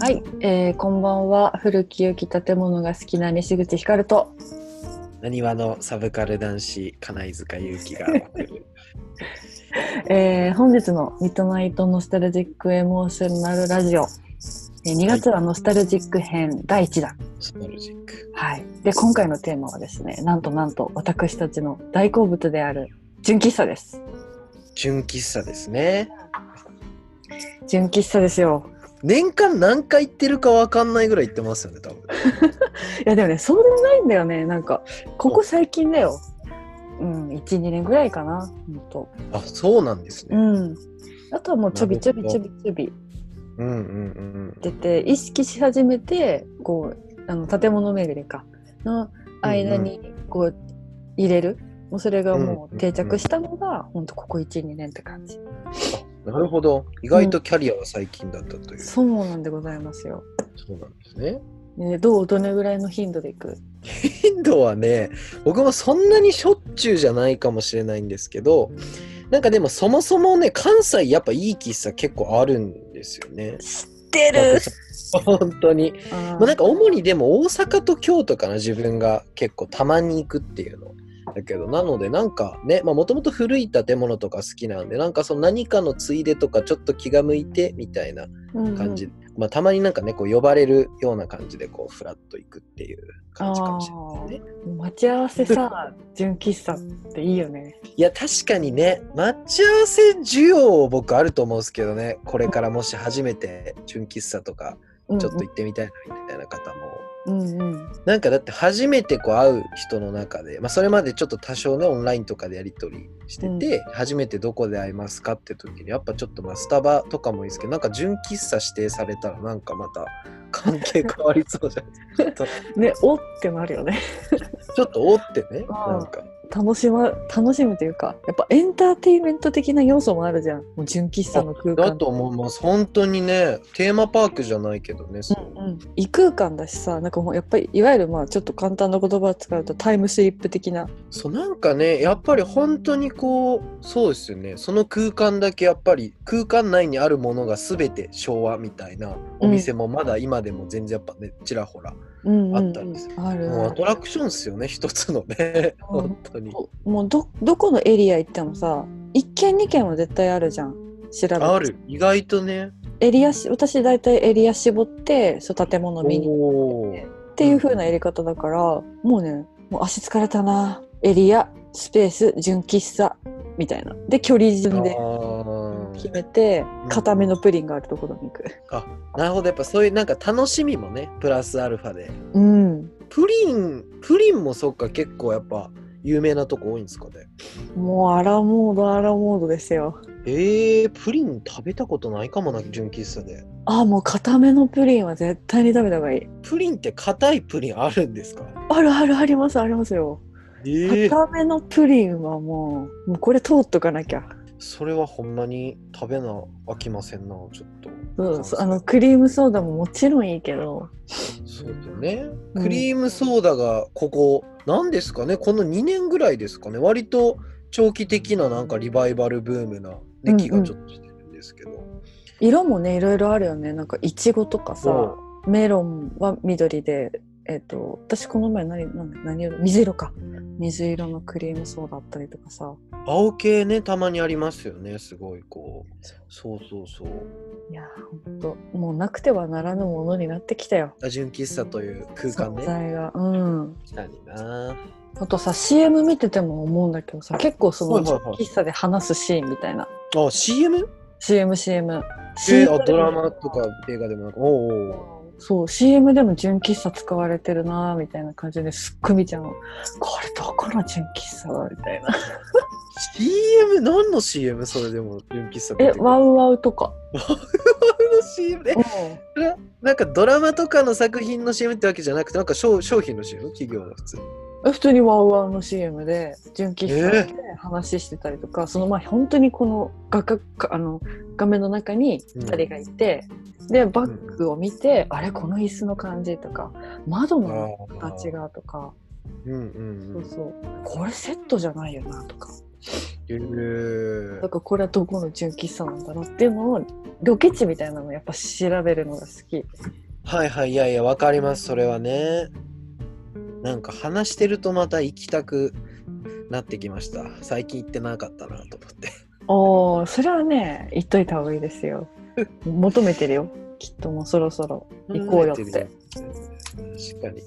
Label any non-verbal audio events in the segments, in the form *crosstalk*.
はい、えーこんばんは。古き良き建物が好きな西口ひかると。なにわのサブカル男子、金井塚祐希が送るえー本日のミッドナイトノスタルジックエモーショナルラジオ。えー2月はノスタルジック編第1弾。スノルジック。はい。で、今回のテーマはですね、なんとなんと私たちの大好物である純喫茶です。純喫茶ですね。純喫茶ですよ。年間何回行ってるかわかんないぐらい行ってますよね、多分。いやでもね、そうでもないんだよね。なんか、ここ最近だよ。うん、1、2年ぐらいかな。ほんと。あ、そうなんですうね。ん。あとはもうちょびちょびちょびちょびうんうんうん出て意識し始めてこうあの建物巡りかの間にこう入れる、もうそれがもう定着したのが、ほんとここ12年って感じうん。なるほど。意外とキャリアは最近だったという。そうなんでございますよ、そうなんですね。ね、どうどれぐらいの頻度でいく頻度はね、僕もそんなにしょっちゅうじゃないかもしれないんですけど、なんかでもそもそもね、関西やっぱいい喫茶結構あるんですよね。出 *laughs* 本当に。あまあ、なんか主にでも大阪と京都かな自分が結構たまに行くっていうの。だけどなのでなんかねもともと古い建物とか好きなんでなんかその何かのついでとかちょっと気が向いてみたいな感じ、まあ、たまになんかねこう呼ばれるような感じでこうフラッと行くっていう感じかもしれないですね。待ち合わせさ純喫茶っていいよねいや確かにね待ち合わせ需要僕あると思うんですけどねこれからもし初めて純喫茶とかちょ *laughs* ちょっと行ってみたいなみたいな方もうんうんなんかだって初めてこう会う人の中で、まあ、それまでちょっと多少ねオンラインとかでやり取りしてて、初めてどこで会いますかって時にやっぱちょっとまあスタバとかもいいですけどなんか純喫茶指定されたらなんかまた関係変わりそうじゃないですかちょっねおってなるよねとちょっとおってねあなーんか楽し,、ま、楽しむというかやっぱエンターテインメント的な要素もあるじゃんもう純喫茶の空間だと思います本当にねテーマパークじゃないけどね、そううん、異空間だしさなんかもうやっぱりいわゆるまあちょっと簡単な言葉を使うとタイムスリップ的な、そうなんかねやっぱり本当にこうそうですよねその空間だけやっぱり空間内にあるものが全て昭和みたいなお店もまだ今でも全然やっぱねちらほら、うんうんうんあったんですあるもうあアるトラクションっすよね一つのねうん本当にもうどどこのエリア行ってもさ1軒2軒は絶対あるじゃん調べてある意外とねエリアし私大体エリア絞ってそう建物見に行おてーっていう風なやり方だから、もうねもう足疲れたなエリアスペース純喫茶みたいなで距離順であ決ーめてうん固めのプリンがあるところに行く。なるほどやっぱそういうなんか楽しみもねプラスアルファでうんプリンプリンもそっか結構やっぱ有名なとこ多いんですかねもうアラモードアラモードですよ。えー、プリン食べたことないかもな純喫茶であもう固めのプリンは絶対に食べた方がいい。プリンって硬いプリンあるんですかあるあるありますありますよ。えー、固めのプリンはもうもうこれ通っとかなきゃ。それはほんまに食べな飽きませんなちょっとそうそうあのクリームソーダももちろんいいけど。そうだねうんクリームソーダがここ何ですかねこの2年ぐらいですかね割と長期的ななんかリバイバルブームな歴がちょっとしてるんですけど、色もねいろいろあるよね。なんかいちごとかさそメロンは緑でえっ、と私この前何何何色水色か水色のクリームソーダあったりとかさ。青系ねたまにありますよねすごいこうそうそうそういや本当もうなくてはならぬものになってきたよ。あ純喫茶という空間存ね在がうん。確かになあとさ CM 見てても思うんだけどさ結構そはいのはいはい喫茶で話すシーンみたいなあ CM? CMCM えーあドラマとか映画でもなんかおうおうそう CM でも純喫茶使われてるなみたいな感じですっごい見ちゃうのこれどこの純喫茶だみたいな CM 何の CM それでも純喫茶出えてくるワウワウとかの CM でなんかドラマとかの作品の CM ってわけじゃなくてなんか商商品の CM 企業の普通にえ普通にワウワウの CM で純喫茶で話してたりとか、その前本当にこの画角かあの画面の中に2人がいて、でバッグを見て、あれこの椅子の感じとか窓の形がとか、うんうんそううんそうこれセットじゃないよなとかえーだからこれはどこの純喫茶なんだろうっていうのをロケ地みたいなのをやっぱ調べるのが好きはいはいいやいやわかりますそれはねなんか話してるとまた行きたくなってきました最近行ってなかったなと思っておーそれはね言っといた方がいいです *laughs* よ求めてるよきっともうそろそろ行こうよって確かに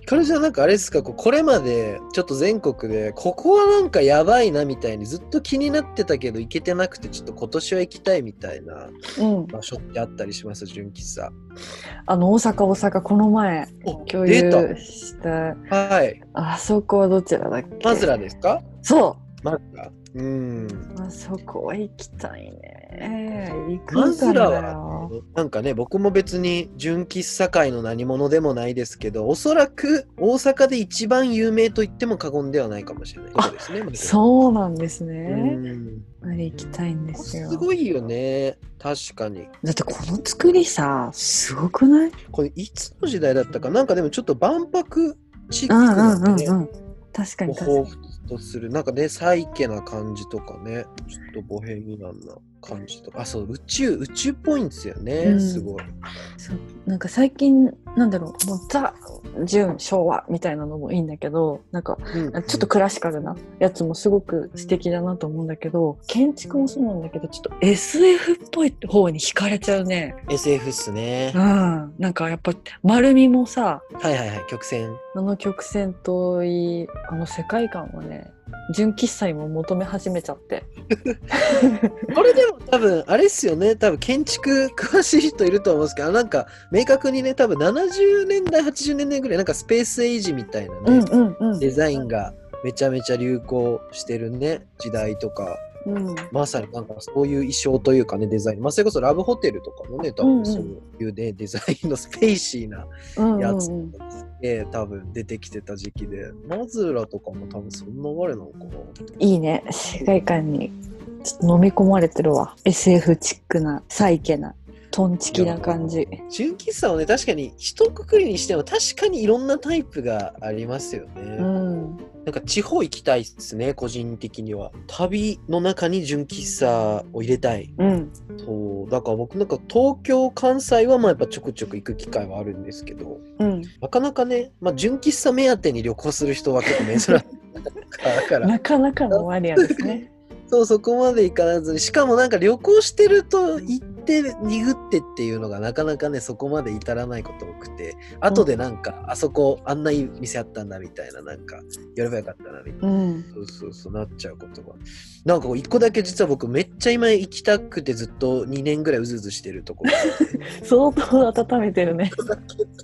ひかるちゃんなんかあれですかこうこれまでちょっと全国でここはなんかやばいなみたいにずっと気になってたけど行けてなくてちょっと今年は行きたいみたいなうん場所ってあったりします純喫茶あの大阪大阪この前お共出有たしたはいあそこはどちらだっけマズラですかそマズラうんうあそこは行きたいね行くマんだズよラはねなんかね僕も別に純喫茶界の何者でもないですけどおそらく大阪で一番有名と言っても過言ではないかもしれないことですね。そうなんですうね、んあれ行きたいんですよすごいよね確かにだってこの作りさすごくないこれいつの時代だったかなんかでもちょっと万博チックうんうなんんかうんねうん確かをに確彷かに彿とするなんかねサイケな感じとかねちょっとボヘミアンな感じとかあそう宇宙宇宙っぽいんですよね、うんすごい。そうなんか最近なんだろうもうザ純昭和みたいなのもいいんだけどなんかうんちょっとクラシカルなやつもすごく素敵だなと思うんだけど建築もそうなんだけどちょっと SF っぽい方に惹かれちゃうね SF っすねう。んなんかやっぱ丸みもさはいはいはい曲線。あの曲線といいあの世界観はね純喫茶にも求め始めちゃってこれでも多分あれっすよね多分建築詳しい人いると思うんですけどなんか明確にね多分70年代80年代ぐらいなんかスペースエイジみたいなね、うんうデザインがめちゃめちゃ流行してるね時代とかうんまさになんかそういう衣装というかねデザイン、まあ、それこそラブホテルとかもね多分そういうね、デザインのス *laughs* ペーシーなうんやつうんうんとかすげえ多分出てきてた時期でマズラとかも多分そんな流れなのかないいね世界観にちょっと飲み込まれてるわ SF チックなサイケなトンチキな感じ純喫茶をね確かに一括りにしても確かにいろんなタイプがありますよね、うんなんか地方行きたいっすね個人的には旅の中に純喫茶を入れたいうんそうだから僕なんか東京関西はまあやっぱちょくちょく行く機会はあるんですけどうんなかなかね、まあ、純喫茶目当てに旅行する人は結構珍しいだからなかなかのマニアですね。そうそこまで行かずにしかもなんか旅行してると行って濁ってっていうのがなかなかねそこまで至らないこと多くて後でなんか、あそこあんないい店あったんだみたいななんかやればよかったなみたいな。うん。そうそうそうなっちゃうことがなんかこう一個だけ実は僕めっちゃ今行きたくてずっと2年ぐらいうずうずしてるところ相当温めてるね。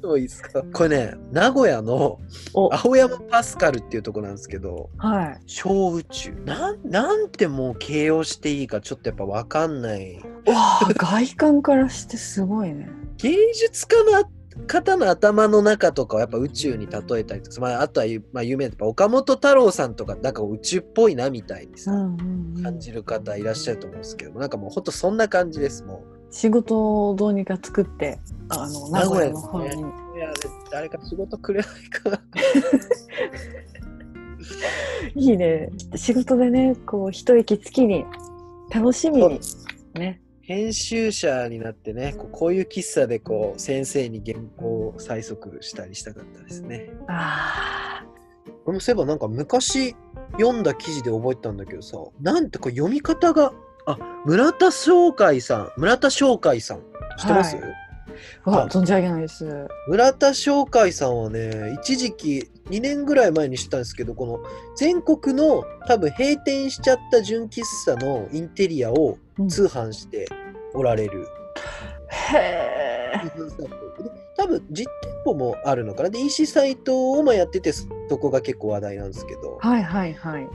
そういいですかこれね名古屋のお、は青山パスカルっていうとこなんですけどい。小宇宙なんなんてもう形容していいかちょっとやっぱ分かんないわあ、外観からしてすごいね。芸術家の方の頭の中とかをやっぱ宇宙に例えたりとか、まあ、あとは、まあ、有名なやっぱ岡本太郎さんとかなんか宇宙っぽいなみたいにうさ、んうんう感ん。じる方いらっしゃると思うんですけどもなんかもうほんとそんな感じですも仕事をどうにか作って、あの名名古古屋屋でのすね方に。ういや誰か仕事くれないかないいね。仕事でね、こう一息つきに楽しみにね。編集者になってねこうこういう喫茶でこう先生に原稿を催促したりしたかったですねああ、俺もそういえばなんか昔読んだ記事で覚えたんだけどさなんてこう読み方があ村田翔海さん村田翔海さん知ってます、はいわ存じ上げないです。村田翔海さんはね一時期2年ぐらい前に知ったんですけどこの全国の多分閉店しちゃった純喫茶のインテリアをうん通販しておられる、へえ。で多分実店舗もあるのかなで EC サイトをまあやっててそこが結構話題なんですけどはいはいはい。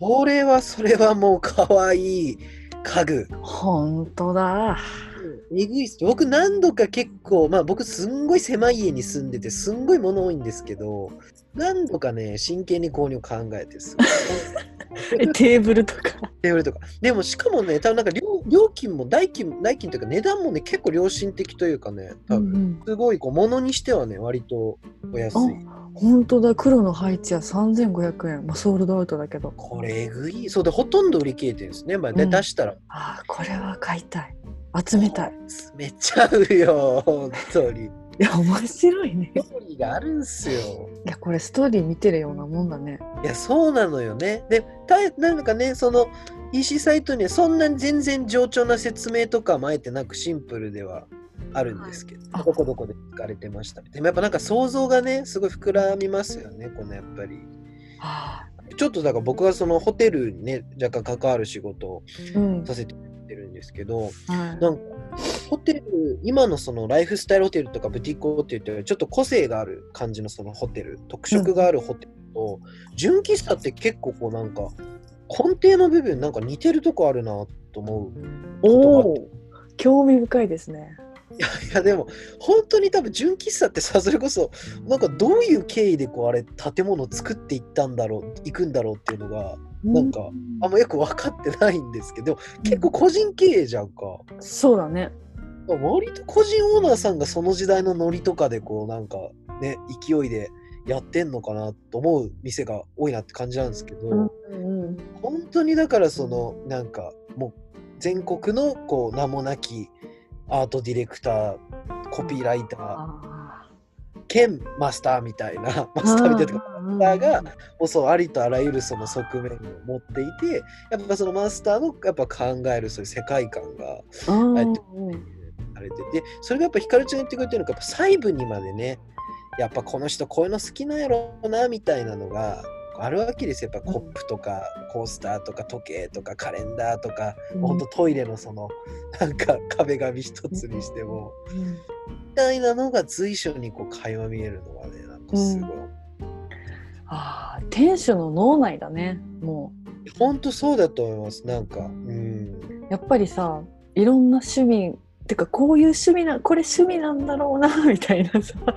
これはそれはもう可愛い家具本当だ。えぐいっす僕何度か結構まあ僕すんごい狭い家に住んでてすんごい物多いんですけど何度かね真剣に購入考えてすごい *laughs* えテーブルとか。テーブルとかでもしかもね多分なんか料料金も代金代金というか値段もね結構良心的というかね多分ん。すごいこう物にしてはね割とお安い、お本当だ黒の配置は3500円、まあ、ソールドアウトだけどこれえぐいそうでほとんど売り切れてるんですね、まあねうん出したらああこれは買いたい集めたいめちゃうよ *laughs* 本当にいや面白いねストーリーがあるんすよいやこれストーリー見てるようなもんだねいやそうなのよねでたなんかねその EC サイトにはそんなに全然冗長な説明とかもあえてなくシンプルではあるんですけど、はいあどこどこで聞かれてましたでもやっぱなんか想像がねすごい膨らみますよねこのやっぱりあちょっとだから僕はそのホテルにね若干関わる仕事をあうん、させてもらってるんですけど、はいなんかホテル今のそのライフスタイルホテルとかブティックホテルっていうよりちょっと個性がある感じのそのホテル特色があるホテルと、純喫茶って結構こうなんか根底の部分なんか似てるとこあるなと思うおお興味深いですねいやでも本当に多分純喫茶ってさそれこそなんかどういう経緯でこうあれ建物作っていったんだろう行くんだろうっていうのがなんかあんまよく分かってないんですけど結構個人経営じゃんか。そうだね割と個人オーナーさんがその時代のノリとかでこうなんかね勢いでやってんのかなと思う店が多いなって感じなんですけど、うんうん本当にだからそのなんかもう全国のこう名もなきアートディレクターコピーライターあ兼マスターみたいなーマスターみたいなとかうんマスターがもうそうありとあらゆるその側面を持っていてやっぱそのマスターのやっぱ考えるそういう世界観がうんあえてあれででそれがやっぱひかるちゃんが言ってくれてるのがやっぱ細部にまでねやっぱこの人こういうの好きなんやろうなみたいなのがあるわけですよやっぱコップとかコースターとか時計とかカレンダーとか、うんほんとトイレのそのなんか壁紙一つにしても、みたいなのが随所にこう垣間見えるのがねなんかすごい、あー店主の脳内だねもほんとそうだと思いますなんかうんうやっぱりさいろんな趣味てかこういう趣味なこれ趣味なんだろうなみたいな *laughs* さあ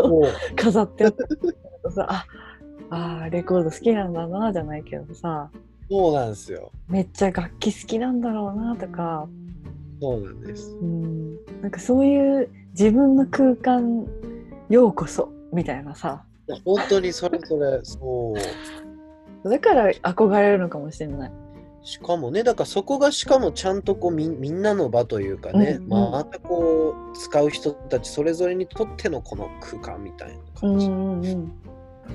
のもう飾ってあったりとかさああーレコード好きなんだなじゃないけどさそうなんですよめっちゃ楽器好きなんだろうなとか、そうなんですうん、なんかそういう自分の空間ようこそみたいなさいや本当にそれそれそうだから憧れるのかもしれない。しかもねだからそこがしかもちゃんとこうみんみんなの場というかね、うんうんまあまたこう使う人たちそれぞれにとってのこの空間みたいな感じにんうんうん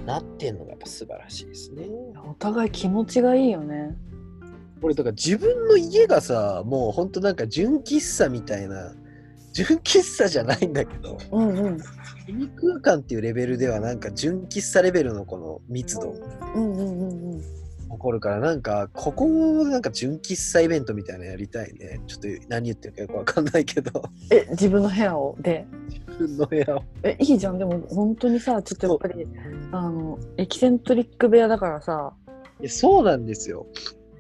なってんのがやっぱ素晴らしいですね。お互い気持ちがいいよね。俺だから自分の家がさもうほんとなんか純喫茶みたいな純喫茶じゃないんだけどうんうん。ミニ空間っていうレベルではなんか純喫茶レベルのこの密度うんうんうんうん。起こるからなんかここをなんか純喫茶イベントみたいなのやりたいねちょっと何言ってるかよくわかんないけ *laughs* どえ、自分の部屋をで。自分の部屋を。え、いいじゃん。でも本当にさ、ちょっとやっぱり、あの、エキセントリック部屋だからさ、いやそうなんですよ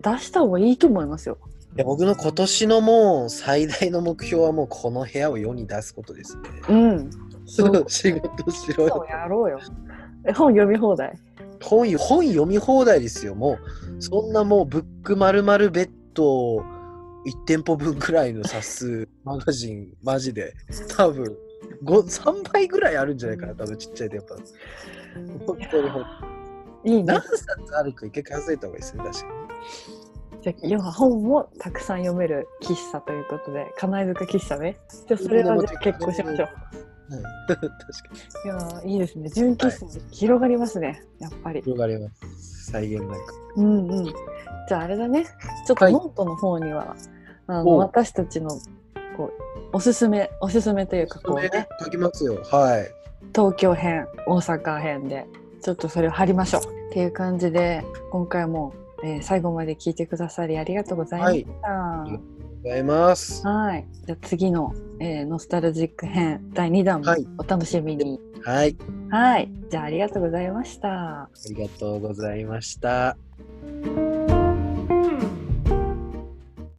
出した方がいいと思いますよ。いや僕の今年のもう最大の目標はもうこの部屋を世に出すことですね。うん。そう *laughs* 仕事しろそうよ。やろうよ。え、本読み放題。本よ本読み放題ですよ。もうそんなもうブックまるまるベッド1店舗分くらいの冊 *laughs* 数マガジンマジで多分ご3倍ぐらいあるんじゃないかな多分ちっちゃい店舗。本当に本当にいいね何。冊あるか一回数えた方がいいですね確かに。じゃあ要は本もたくさん読める喫茶ということで、金井塚喫茶ね。じゃあそれはじゃあ結構しましょう。はい確かにいやーいいですね。純喫茶、広がりますね。やっぱり。広がります再現なんか。うんうん。じゃああれだね。ちょっとはいノートの方には、あおのう私たちのこうおすすめおすすめというかこう、ね、書きますよ。はい。東京編大阪編でちょっとそれを貼りましょうっていう感じで今回も、えー最後まで聞いてくださりありがとうございました。りがございます。はい。じゃあ次の、えーノスタルジック編第2弾もはいお楽しみに。はい。はい。じゃあありがとうございました。ありがとうございました。